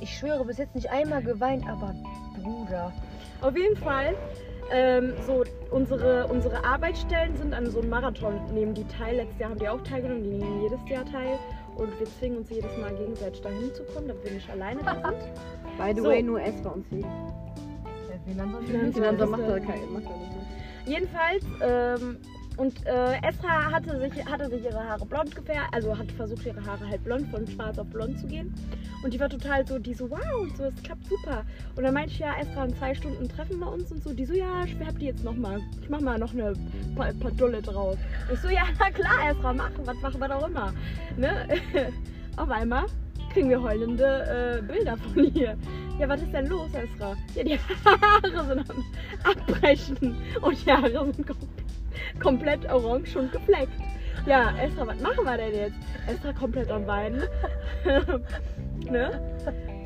Ich schwöre, bis jetzt nicht einmal geweint, aber Bruder. Auf jeden Fall. Ähm, so, unsere, unsere Arbeitsstellen sind an so einem Marathon, nehmen die teil. Letztes Jahr haben die auch teilgenommen, die nehmen jedes Jahr teil. Und wir zwingen uns jedes Mal gegenseitig dahin zu kommen, damit wir nicht alleine da sind. By the So. way, nur S war uns lieb. Äh, Finanzamt macht er Finanzamt. keine. Macht er nicht mehr. Jedenfalls, ähm, und äh, Esra hatte sich, hatte sich ihre Haare blond gefärbt, also hat versucht, ihre Haare halt blond, von schwarz auf blond zu gehen. Und die war total so, die so, wow, und so, es klappt super. Und dann meinte ich, ja, Esra, in zwei Stunden treffen wir uns und so. Die so, ja, ich hab die jetzt nochmal. Ich mach mal noch eine paar, paar Dulle drauf. Ich so, ja, na klar, Esra, machen, was machen wir da auch immer. Ne? auf einmal kriegen wir heulende äh, Bilder von ihr. Ja, was ist denn los, Esra? Ja, die Haare sind am Abbrechen und die Haare sind kom komplett orange und gefleckt. Ja, Esra, was machen wir denn jetzt? Esra komplett am Weinen. ne?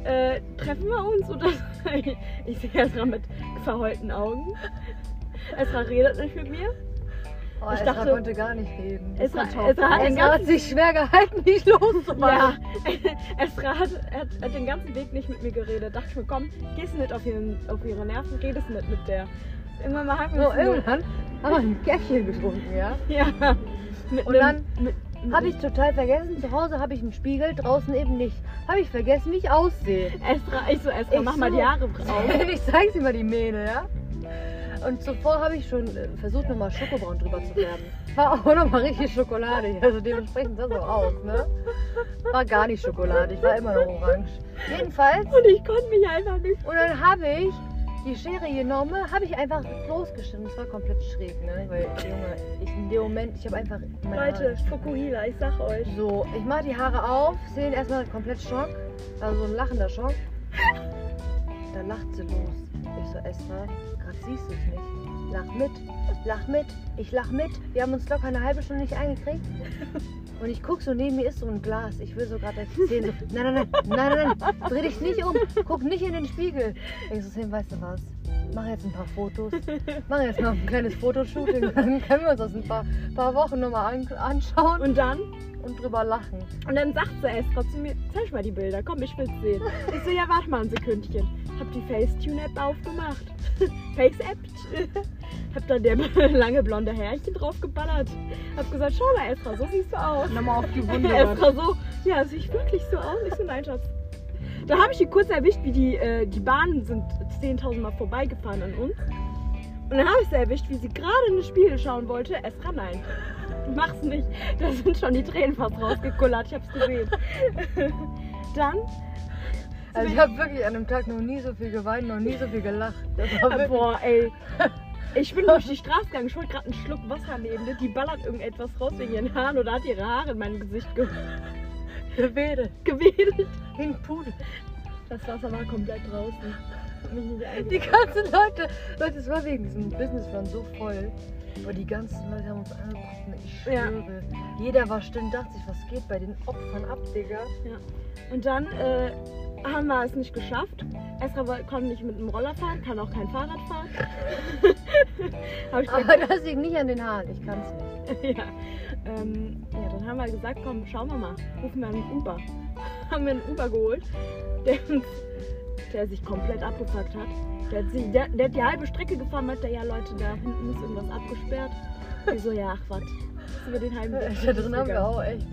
Äh, treffen wir uns oder ich sehe Esra mit verheulten Augen. Esra redet nicht mit mir. Oh, Ich dachte- ich dachte, konnte gar nicht reden. Esra, war top. Esra hat den Es ganzen hat sich schwer gehalten, nicht Ja, loszumachen. Esra hat, hat, hat den ganzen Weg nicht mit mir geredet. Dachte ich mir, komm, gehst du nicht auf, ihren, auf ihre Nerven, redest nicht mit der. Irgendwann mal haben wir So, uns nur- irgendwann haben wir ein Käffchen getrunken, ja. Ja. Mit Und einem- dann mit- Habe ich total vergessen. Zu Hause habe ich einen Spiegel, draußen eben nicht. Habe ich vergessen, wie ich aussehe. Esra, ich so, Esra, Ich mach mal so. die Haare braun. ich zeig's immer die Mähne, ja? Und zuvor habe ich schon äh, versucht, nochmal Schokobraun drüber zu färben. War auch nochmal richtig schokoladig. Also dementsprechend sah so aus, ne? War gar nicht schokoladig, war immer noch orange. Jedenfalls, Und ich konnte mich einfach nicht. und dann habe ich die Schere genommen, habe ich einfach losgeschnitten. Es war komplett schräg, ne? Weil, Junge, ich in dem Moment, ich habe einfach. meine Haare Leute, Fukuhila, ich sag euch. so, ich mache die Haare auf, sehe ihn erstmal komplett Schock. Also so ein lachender Schock. Da lacht sie los. Ich so, Esra, gerade siehst du es nicht. Lach mit, lach mit, ich lach mit. Wir haben uns locker eine halbe Stunde nicht eingekriegt. Und ich guck so, neben mir ist so ein Glas. Ich will so gerade sehen, so, nein, nein, nein, nein, nein, nein, dreh dich nicht um, guck nicht in den Spiegel. Ich so, Sam, weißt du was? Mach jetzt ein paar Fotos, mach jetzt mal ein kleines Fotoshooting, dann können wir uns das in ein paar, paar Wochen nochmal an, anschauen Und dann, und drüber lachen. und dann sagt sie Esra zu mir, zeig mal die Bilder, komm, ich will's sehen. Ich so, ja, warte mal ein Sekündchen. Hab die Facetune-App aufgemacht. Face-App. Hab dann der lange blonde Härchen draufgeballert. Hab gesagt, schau mal, Esra, so siehst du aus. Nochmal auf die Wunde. Esra so, ja, sehe ich wirklich so aus? Ich so, nein, Schatz. Da habe ich die kurz erwischt, wie die, äh, die Bahnen sind 10.000 Mal vorbeigefahren an uns. Und dann habe ich sie erwischt, wie sie gerade in das Spiegel schauen wollte. Esra, nein. Mach's nicht. Da sind schon die Tränen fast rausgekullert. Ich hab's gesehen. Dann, Also ich habe wirklich an einem Tag noch nie so viel geweint, noch nie so viel gelacht. Das war äh, wirklich- boah, ey. Ich bin durch die Straße gegangen. Ich wollte gerade einen Schluck Wasser nehmen. ne? Die ballert irgendetwas raus wegen ihren Haaren oder hat ihre Haare in mein Gesicht ge Gebete, gewedelt. in Pudel. Das Wasser war komplett draußen. Hat mich nicht eingefangen. Die ganzen Leute, Leute, es war wegen diesem Businessplan so voll. Aber die ganzen Leute haben uns angeguckt, ne? ich Ja. schwöre. Jeder war still und dachte sich, was geht bei den Opfern ab, Digga? Und dann äh, haben wir es nicht geschafft. Esra woll- konnte nicht mit dem Roller fahren, kann auch kein Fahrrad fahren. Hab ich gesagt, Aber das liegt nicht an den Haaren, ich kann's nicht. ja. Ähm, ja, dann haben wir gesagt, komm, schauen wir mal. Rufen wir einen Uber. Haben wir einen Uber geholt, der uns, der sich komplett abgefuckt hat. Der hat, sich, der, der hat die halbe Strecke gefahren, meinte, ja Leute, da hinten ist irgendwas abgesperrt. Ich so, ja, ach was. Ist über den halben Weg. Da drin haben wir auch echt.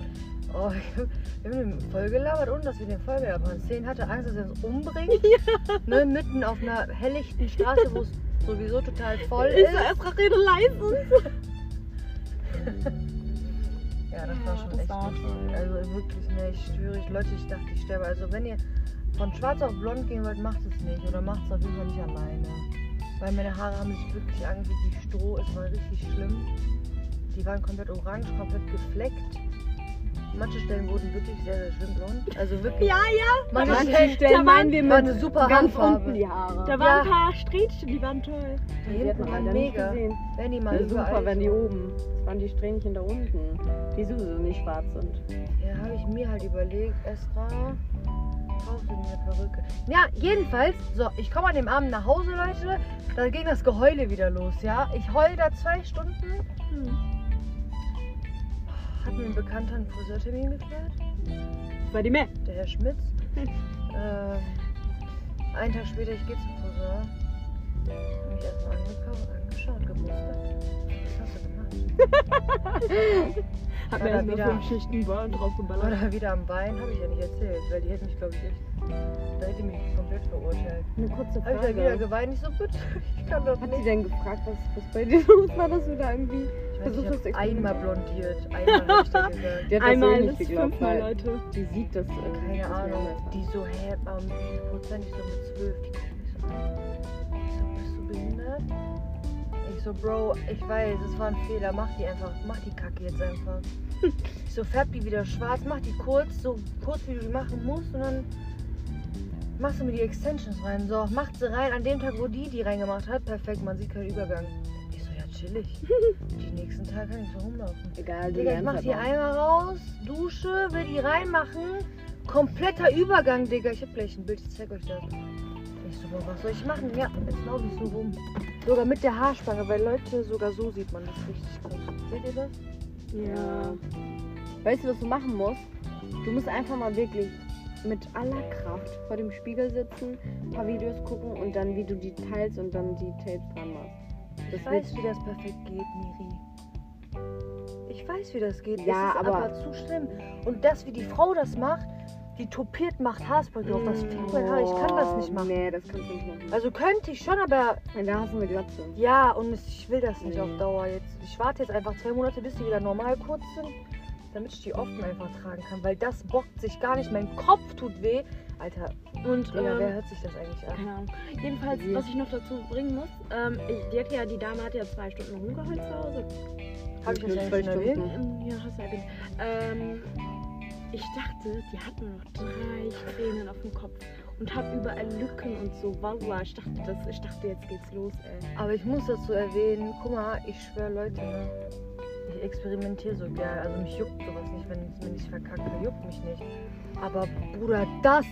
Oh, ich hab- wir haben den voll gelabert und dass wir den voll gelabert haben. Zehn hatte Angst, dass er uns umbringt. Ne, mitten auf einer helllichten Straße, wo es sowieso total voll Ich ist. so, Esra, rede leise. Ja, das war Ja, schon das echt war nicht schon- gut. Also wirklich nicht schwierig. Leute, ich dachte, ich sterbe. Also wenn ihr von schwarz auf blond gehen wollt, macht es nicht. Oder macht es auf jeden Fall nicht alleine. Weil meine Haare haben sich wirklich angefühlt wie Stroh. Es war richtig schlimm. Die waren komplett orange, komplett gefleckt. Manche Stellen wurden wirklich sehr, sehr schön blond. Also wirklich. Ja, manche manche Stellen Stellen Da waren- meinen wir war mit eine super ganz Haarfarbe. unten die Haare. Da Ja. waren ein paar Strähnchen, die waren toll. die hinten waren mega. Gesehen. Wenn die mal Also super, überall wenn die so- oben. Das waren die Strähnchen da unten, die sowieso nicht schwarz sind. Ja, habe ich mir halt überlegt, Esra, kaufst du mir eine Perücke? Ja, jedenfalls, so, ich komme an dem Abend nach Hause, Leute, da ging das Geheule wieder los, ja. Ich heul da zwei Stunden, Hm. hat mir ein Bekannter einen Friseurtermin geklärt, Bei dem Meer. der Herr Schmitz. ähm, einen Tag später, ich gehe zum Friseur, habe mich erstmal angekauft, angeschaut, gemustert. Was hast du gemacht? Hat Ja, mir dann erstmal wieder. fünf Schichten Bahn draufgeballert. Oder wieder am Bein, habe ich ja nicht erzählt, weil die hätte mich, glaube ich, echt, da hätte die mich komplett verurteilt. Eine kurze Habe ich ja wieder Frage. geweint, ich so, bitte, ich kann doch Hat sie nicht. denn gefragt, was, was bei dir los war, dass du da irgendwie. Ich, versucht, ich das habe echt- einmal blondiert, einmal habe ich dir gesagt. Die hat das eh Einmal nicht bis geglaubt, fünfmal, weil Leute. die sieht das. Äh, Keine dass wir Ahnung, anders die so, hä, um, wie viel Prozent? Ich so, mit zwölf, die gucken mich so an. Ich so, bist du behindert? Ich so, Bro, ich weiß, es war ein Fehler, mach die einfach, mach die Kacke jetzt einfach. Ich so, färb die wieder schwarz, mach die kurz, so kurz, wie du die machen musst und dann machst du mir die Extensions rein. So, macht sie rein, an dem Tag, wo die die reingemacht hat, perfekt, man sieht keinen Übergang. Ich so, ja, chillig. Die nächsten Tage kann ich so rumlaufen. sind. Egal, du Digga, ich lernst mach die aber. einmal raus, dusche, will die reinmachen. Kompletter Übergang, Digga. Ich hab gleich ein Bild, ich zeig euch das. Ich so, boah, was soll ich machen? Ja, jetzt laufe ich so rum. Sogar mit der Haarspange, weil Leute, sogar so sieht man das richtig krass. Seht ihr das? Ja. Weißt du, was du machen musst? Du musst einfach mal wirklich mit aller Kraft vor dem Spiegel sitzen, ein paar Videos gucken und dann, wie du die teilst und dann die Tapes dran machst. Ich Das weiß, wie das perfekt geht, Miri. Ich weiß, wie das geht. Ja, es ist aber- aber, zu schlimm. Und das, wie die Frau das macht, die topiert, macht Haarspray drauf. Das fickt mein Haar. Ich kann das nicht machen. Nee, das kannst du nicht machen. Also könnte ich schon, aber Nein, da hast du eine Glatze. Ja, und es- ich will das nicht Nee. auf Dauer jetzt. Ich warte jetzt einfach zwei Monate, bis die wieder normal kurz sind, damit ich die offen einfach tragen kann, weil das bockt sich gar nicht. Mein Kopf tut weh. Alter, Und Digga, wer ähm, hört sich das eigentlich an? keine Ahnung. Jedenfalls, Mhm. was ich noch dazu bringen muss, ähm, ich, die, hat ja, die Dame hat ja zwei Stunden rumgeheult zu Hause. Habe ich das Nur eigentlich zwei schon erwähnt? Stunden. Ähm, ja, hast du erwähnt. Ähm, ich dachte, die hat nur noch drei Tränen auf dem Kopf und hat überall Lücken und so. Wawa, ich dachte, das, ich dachte, jetzt geht's los, ey. Aber ich muss dazu erwähnen, guck mal, ich schwöre Leute, ne? ich experimentiere so gern. Also mich juckt sowas nicht, wenn es mir nicht verkackt wird, juckt mich nicht. Aber Bruder, das,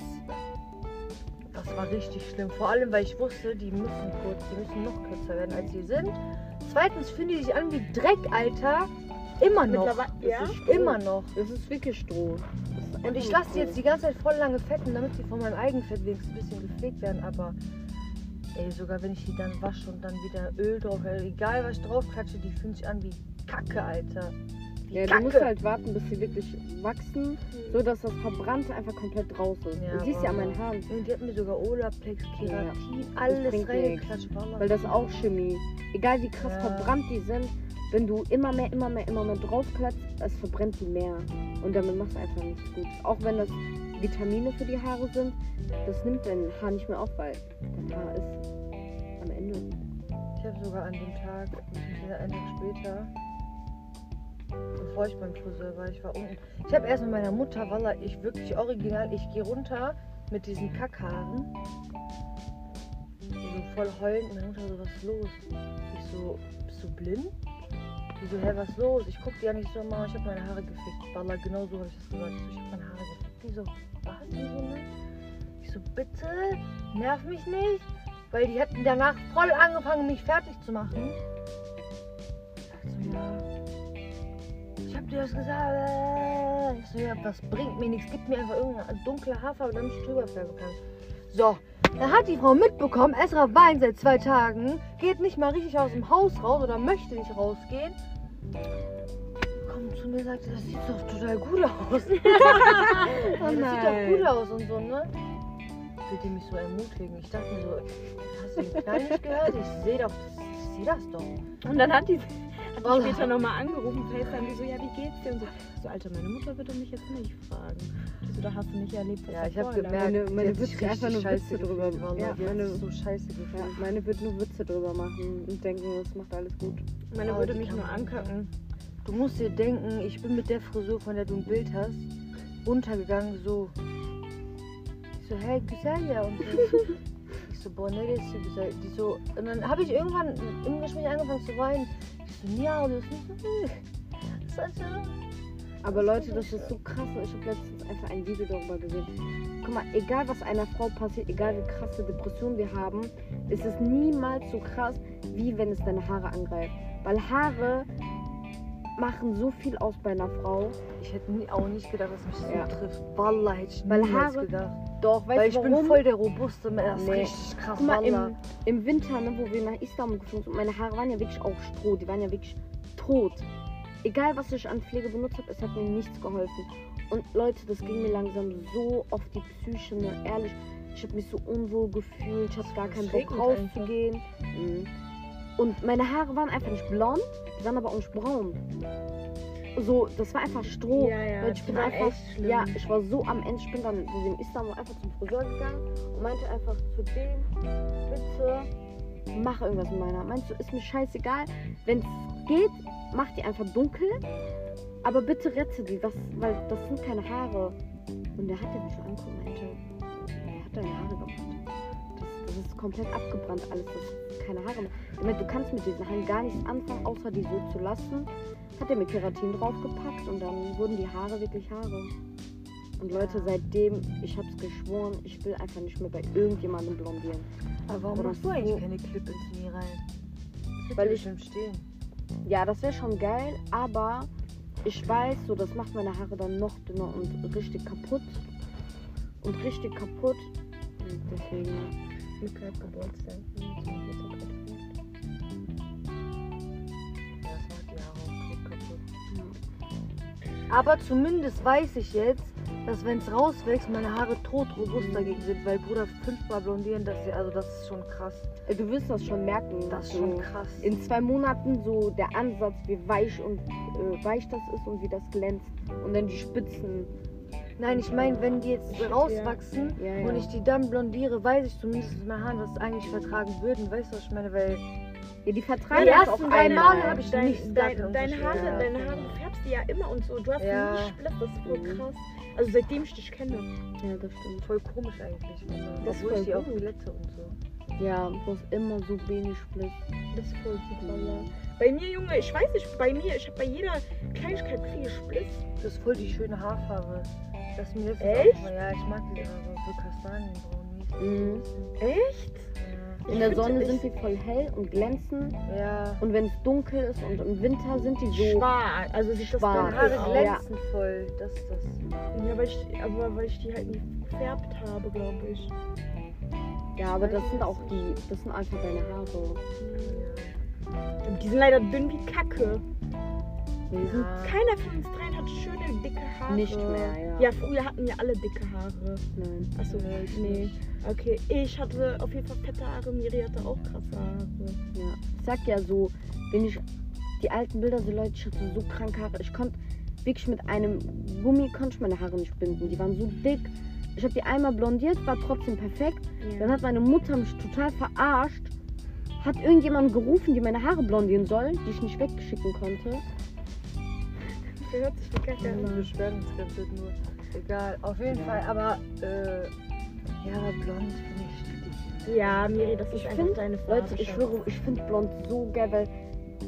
das war richtig schlimm. Vor allem, weil ich wusste, die müssen kurz, die müssen noch kürzer werden, als sie sind. Zweitens fühlen die sich an wie Dreck, Alter. Immer noch. Mittlerweile- Das ja? ist Immer noch. Das ist wirklich Stroh. Das ist Und einfach ich nur lasse die jetzt die ganze Zeit voll lange fetten, damit die von meinem eigenen Fett wenigstens ein bisschen gepflegt werden. Aber ey, sogar wenn ich die dann wasche und dann wieder Öl drauf, ey, egal was ich drauf klatsche, die fühlen sich an wie Kacke, Alter. Stroh. Wie Ja, du Kacke. Mhm. musst halt warten, bis sie wirklich wachsen, so dass das Verbrannte einfach komplett raus ist. Ja, du siehst ja an aber- meinen Haaren, Und die hat mir sogar Olaplex, Keratin, bringt alles nix. reingeklatscht. Wallah. weil das auch Chemie. Egal wie krass Ja. verbrannt die sind, wenn du immer mehr, immer mehr, immer mehr draufklatzt, es verbrennt die mehr. Und damit machst du einfach nichts gut. Auch wenn das Vitamine für die Haare sind, das nimmt dein Haar nicht mehr auf, weil dein Haar ist am Ende. Ich habe sogar an dem Tag, beziehungsweise einen Tag später, bevor ich beim Friseur war, ich war unten. Ich habe erst mit meiner Mutter, Walla, ich wirklich original, ich gehe runter mit diesen Kackhaaren. Die so voll heulend, meine Mutter so, was ist los? Ich so, bist du blind? Die so, hä, was ist los? Ich guck die ja nicht so, Mama, ich habe meine Haare gefickt. Walla, genau so habe ich das gesagt. Ich so, ich habe meine Haare gefickt. Die so, was? Die so, ne? Ich so, bitte, nerv mich nicht. Weil die hätten danach voll angefangen, mich fertig zu machen. Ich dachte so, ja, habt ihr das gesagt? Ich so, ja, das bringt mir nichts. Gib mir einfach irgendeine dunkle Haarfarbe, damit ich drüber färben kann. So, da hat die Frau mitbekommen, Esra weint seit zwei Tagen, geht nicht mal richtig aus dem Haus raus oder möchte nicht rausgehen. Kommt zu mir und sagt, das sieht doch total gut aus. ja, das sieht doch nein. gut aus und so, ne? Ich wollte mich so ermutigen. Ich dachte mir so, hast du den Knall nicht gehört? Ich sehe doch, ich sehe das doch. Und dann hat die, hat die Oh. später nochmal angerufen, FaceTime, die so, ja, wie geht's dir? Und so, ich so, Alter, meine Mutter würde mich jetzt nicht fragen. Ich so, da hast du nicht erlebt, was Ja, da ich habe vorlag. gemerkt, Meine- die meine hat sich Witze, einfach richtig nur scheiße Witze drüber. gefühlt, Wallah, Ja, die hat meine- sich so scheiße gefühlt. Ja, meine wird nur Witze drüber machen und denken, es macht alles gut. Meine Oh, würde die mich kann nur man- ankacken. Du musst dir denken, ich bin mit der Frisur, von der du ein Bild hast, runtergegangen, so. Ich so, hey, Gesell ja. Und so. ich so, boah, ne, das ist die Gesell. Die so, und dann habe ich irgendwann im Gespräch angefangen zu weinen. Ich so, ja, das ist nicht so. Das ist also, Aber Leute, das ist so krass. Ich habe letztens einfach ein Video darüber gesehen. Guck mal, egal was einer Frau passiert, egal wie krasse Depressionen wir haben, ist es niemals so krass, wie wenn es deine Haare angreift. Weil Haare machen so viel aus bei einer Frau. ich hätte nie, auch nicht gedacht, dass mich das Ja. so trifft. Wallah, hätte ich Weil niemals Haare- gedacht. Doch, Weil weißt du ich warum? bin voll der robuste, Mann, das ist Nee. richtig krass, Guck mal, Wallah. im, im Winter, ne, wo wir nach Istanbul geflogen sind, meine Haare waren ja wirklich auch Stroh, die waren ja wirklich tot. Egal, was ich an Pflege benutzt habe, es hat mir nichts geholfen. Und Leute, das ging mir langsam so auf die Psyche, ne, ehrlich. Ich habe mich so unwohl gefühlt, ich hatte gar Es keinen Bock regnet rauszugehen. Mhm. Und meine Haare waren einfach nicht blond, die waren aber auch nicht braun. So, das war einfach Stroh. Oh, Ja, ja, Leute, ich die bin waren einfach, echt schlimm. ja, ich war so am Ende. Ich bin dann, wo wir in Istanbul einfach zum Friseur gegangen und meinte einfach zu dem, bitte mach irgendwas mit meiner. Meinst du, ist mir scheißegal. Wenn es geht, mach die einfach dunkel, aber bitte rette die, was, weil das sind keine Haare. Und der hat ja mich schon angeguckt und meinte, er hat deine Haare gemacht. Das, das ist komplett abgebrannt alles, das ist keine Haare mehr. Er meinte, du kannst mit diesen Haaren gar nichts anfangen, außer die so zu lassen. Hat er mir Keratin draufgepackt und dann wurden die Haare wirklich Haare. Und Leute, seitdem, ich hab's geschworen, ich will einfach nicht mehr bei irgendjemandem blondieren. Aber warum Oder machst du eigentlich so. keine Clip ins Knie rein? Das Weil hätte ich- bestimmt stehen. Ja, das wäre schon geil, aber ich weiß, so das macht meine Haare dann noch dünner und richtig kaputt. Und richtig kaputt. Und deswegen. Glück Geburtstag. Das macht die Haare auch gut kaputt. Aber zumindest weiß ich jetzt, dass wenn es rauswächst, meine Haare tot robust Mhm. dagegen sind, weil Bruder fünfmal blondieren, das, ist- also das ist schon krass. Äh, Du wirst das schon merken. Das ist so schon krass. Mhm. In zwei Monaten so der Ansatz, wie weich und äh, weich das ist und wie das glänzt. Und dann die Spitzen. Nein, ich meine, wenn die jetzt rauswachsen Ja, ja. und ich die dann blondiere, weiß ich zumindest, dass meine Haare das eigentlich vertragen würden. Weißt du, was ich meine? Weil Ja, die Die vertragen das ersten auf drei einmal. Male hab ich dein, nichts dein, gesagt, deine Unterschied. Haare, Ja, deine genau. Haare du färbst die ja immer und so. Du hast Ja. nie Split, das ist voll Mhm. krass. Also seitdem ich dich kenne. Ja, das stimmt. voll komisch eigentlich. Das ist Obwohl ich voll die auch gut. glätte und so. Ja, du hast immer so wenig Spliss. Das ist voll gut, Mhm. Mama. Bei mir, Junge, ich weiß nicht, bei mir, ich habe bei jeder Kleinigkeit viel Spliss. Das ist voll die schöne Haarfarbe. Das ist mir letztens Echt? aufgefallen. Ja, ich mag die Haare. So kastanienbraun. mies. Mhm. Echt? Ja. In der Ich find, Sonne ich- sind die voll hell und glänzen. Ja. Und wenn es dunkel ist und im Winter sind die so. Schwarz. Also sieht das Schwarz. Meine dann halt Haare aus. glänzen voll. Das ist das. Ja, weil ich, aber weil ich die halt nie gefärbt habe, glaube ich. Ja, aber das sind auch die. Das sind einfach deine Haare. Und Die sind leider dünn wie Kacke. Die sind Ja. Keiner von uns dreien hat schöne, dicke Haare. nicht mehr, ja. Ja, früher hatten wir alle dicke Haare. Nein. Achso, Nee, nee, ich nee. Okay, ich hatte auf jeden Fall fette Haare, Miri hatte auch krasse Haare. Ja. Ich sag ja so, wenn ich die alten Bilder so Leute, ich hatte so kranke Haare. Ich konnte wirklich mit einem Gummi konnte ich meine Haare nicht binden. Die waren so dick. Ich habe die einmal blondiert, war trotzdem perfekt. Dann hat meine Mutter mich total verarscht. Hat irgendjemand gerufen, die meine Haare blondieren soll, die ich nicht wegschicken konnte. gehört sich die Kacke Wir an. beschweren uns ganz blöd nur. Egal. Auf jeden Ja. Fall. Aber, äh, ja, aber blond finde ich richtig. Ja, Miri, das ist Ich einfach find, deine Farbe. Leute, ich Schatz. schwöre, ich finde blond so geil, weil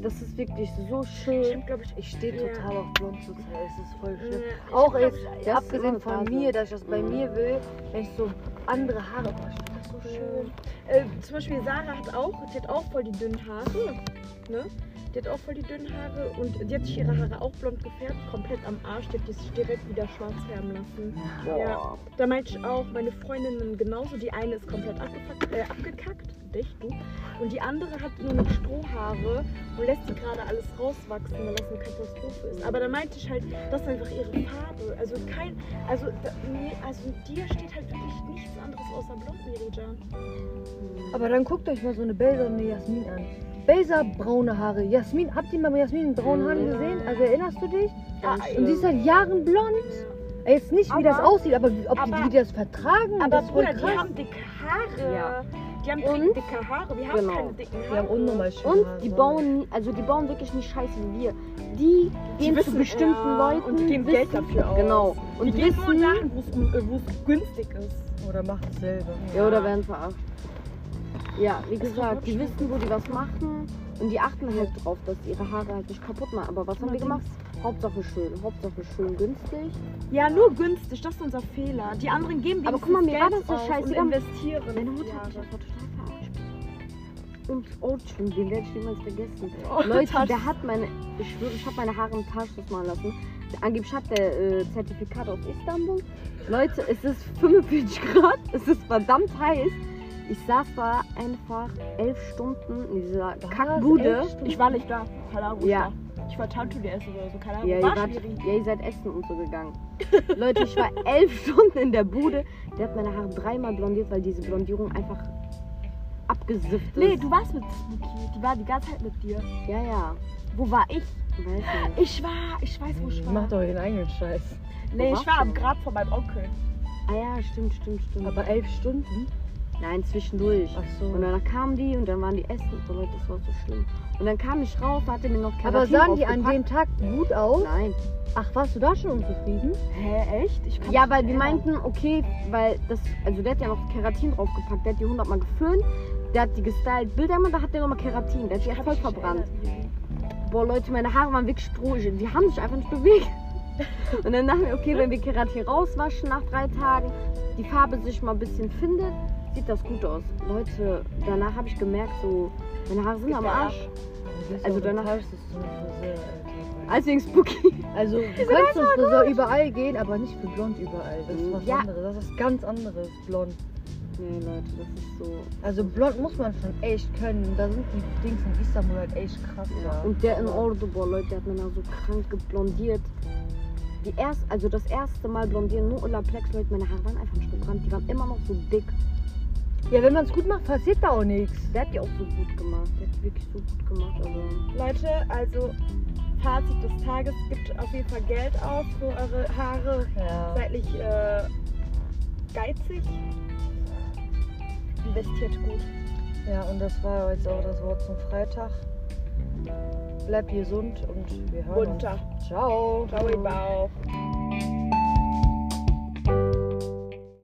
das ist wirklich so Ich schön. hab, glaube ich, Ich stehe Ja. total auf blond zurzeit. Es ist voll schlimm. äh, ich Mhm. Auch hab, glaub jetzt, ich, das abgesehen ist von Phase. mir, dass ich das bei Mhm. mir will, wenn ich so andere Haare. Oh, ich finde das so schön. schön. äh, zum Beispiel Sarah hat auch, die hat auch voll die dünnen Haare. Ne? Die hat auch voll die dünnen Haare und die hat sich ihre Haare auch blond gefärbt, komplett am Arsch. Die hat die sich direkt wieder schwarz färben lassen. Ja. Da meinte ich auch, meine Freundinnen genauso. Die eine ist komplett abgefuckt, äh, abgekackt, dich, du. Und die andere hat nur noch Strohhaare und lässt sie gerade alles rauswachsen, weil das eine Katastrophe ist. Aber da meinte ich halt, das ist einfach ihre Farbe. Also kein, also, da, nee, also dir steht halt wirklich nichts anderes außer blond, Mirijan. Aber dann guckt euch mal so eine Belsa und eine Jasmin an. Belsa braune Haare. Jasmin, habt ihr mal Jasmin mit braunen Haaren Ja. gesehen? Also erinnerst du dich? Ah, Und die ist seit Jahren blond. Ey, Jetzt nicht, wie das Aber- aussieht, aber wie- ob die, aber- wie die das vertragen. Aber das ist voll Bruder, die krass. haben dicke Haare. Ja. Die haben Und? und? dicke Haare. Wir haben Genau. keine dicken Haare. Die haben unnormal schöne Und Haare. die bauen, also die bauen wirklich nicht scheiße wie wir. Die gehen zu wissen, bestimmten ja, Leuten und die geben wissen, Geld dafür aus. Genau. Die Und gehen nur wissen. dahin, wo es um- äh, wo es günstig ist. Oder macht es selber. Ja, oder werden verarscht. Ja, wie gesagt, die wirklich wissen, wo die was machen und die achten halt drauf, dass ihre Haare halt nicht kaputt machen. Aber was haben wir gemacht? Hauptsache schön, Hauptsache schön günstig. Ja, nur günstig, das ist unser Fehler. Die anderen geben Aber wenigstens guck mal, mir war Geld das so aus scheißegal. und investieren. Meine Mutter hat mich Ja. einfach total verarscht. Und Ocean, den werde ich niemals vergessen. Oh, Leute, Tasch- der hat meine, ich schwöre, ich habe meine Haare im Taschenschuss machen lassen. Angeblich hat der äh, Zertifikat aus Istanbul. Leute, es ist 45 Grad, es ist verdammt heiß. Ich saß da einfach elf Stunden in dieser Was? Kackbude. Echt? Ich war nicht da. Keine Ahnung, wo Ja. ich war. Ich war Tantu der Essen oder so. Keine Ahnung, Ja, ihr, war wart, schwierig. ja, ihr seid essen und so gegangen. Leute, ich war elf Stunden in der Bude. Der hat meine Haare dreimal blondiert, weil diese Blondierung einfach abgesifft ist. Nee, du warst mit Spooky. Die war die ganze Zeit mit dir. ja, ja. Wo war ich? Weiß nicht. Ich war, ich weiß, wo ich war. Macht doch ihren eigenen Scheiß. Nee, ich Wo warst war du? am Grab von meinem Onkel. Ah ja, stimmt, stimmt, stimmt. Aber elf Stunden? Nein, zwischendurch. Ach so. Und dann kamen die und dann waren die Essen. Oh Leute, das war so schlimm. Und dann kam ich raus, hatte mir noch Keratin Aber sahen die an dem aufgepackt. Tag gut aus? Nein. Ach, warst du da schon unzufrieden? Hä, echt? Ich kann Ja, mich weil nicht die erinnern. meinten, okay, weil das, also der hat ja noch Keratin draufgepackt, der hat die 100 Mal geföhnt, der hat die gestylt, Bildermann, da hat der nochmal Keratin, der hat die ja Hab voll ich nicht verbrannt. erinnert. Boah, Leute, meine Haare waren wirklich strohig. Die haben sich einfach nicht bewegt. Und dann dachten wir, okay, wenn wir Keratin rauswaschen nach drei Tagen, die Farbe sich mal ein bisschen findet, sieht das gut aus. Leute, danach habe ich gemerkt, so, meine Haare sind am Arsch. Also danach- Deswegen spooky. Also du kannst zum Friseur überall gehen, aber nicht für blond überall. Das ist was Ja. anderes. Mhm. Das ist ganz anderes blond. Nee, Leute, das ist so. Also blond muss man schon echt können. Da sind die Dings in Istanbul halt echt krass. Ja. Und der in Ordo, boah, Leute, der hat meine Haare so krank geblondiert. Die erst, also das erste Mal blondieren, nur Olaplex, Leute, meine Haare waren einfach nicht gebrannt. Die waren immer noch so dick. Ja, wenn man es gut macht, passiert da auch nichts. Der hat die auch so gut gemacht. Der hat die wirklich so gut gemacht. Also, Leute, also Fazit des Tages, gibt auf jeden Fall Geld aus für eure Haare. Ja. Seid nicht äh, geizig. Investiert gut. ja, und das war jetzt auch das Wort zum Freitag. Bleibt gesund und wir hören Runter. uns. Ciao. Ciao, Bauch.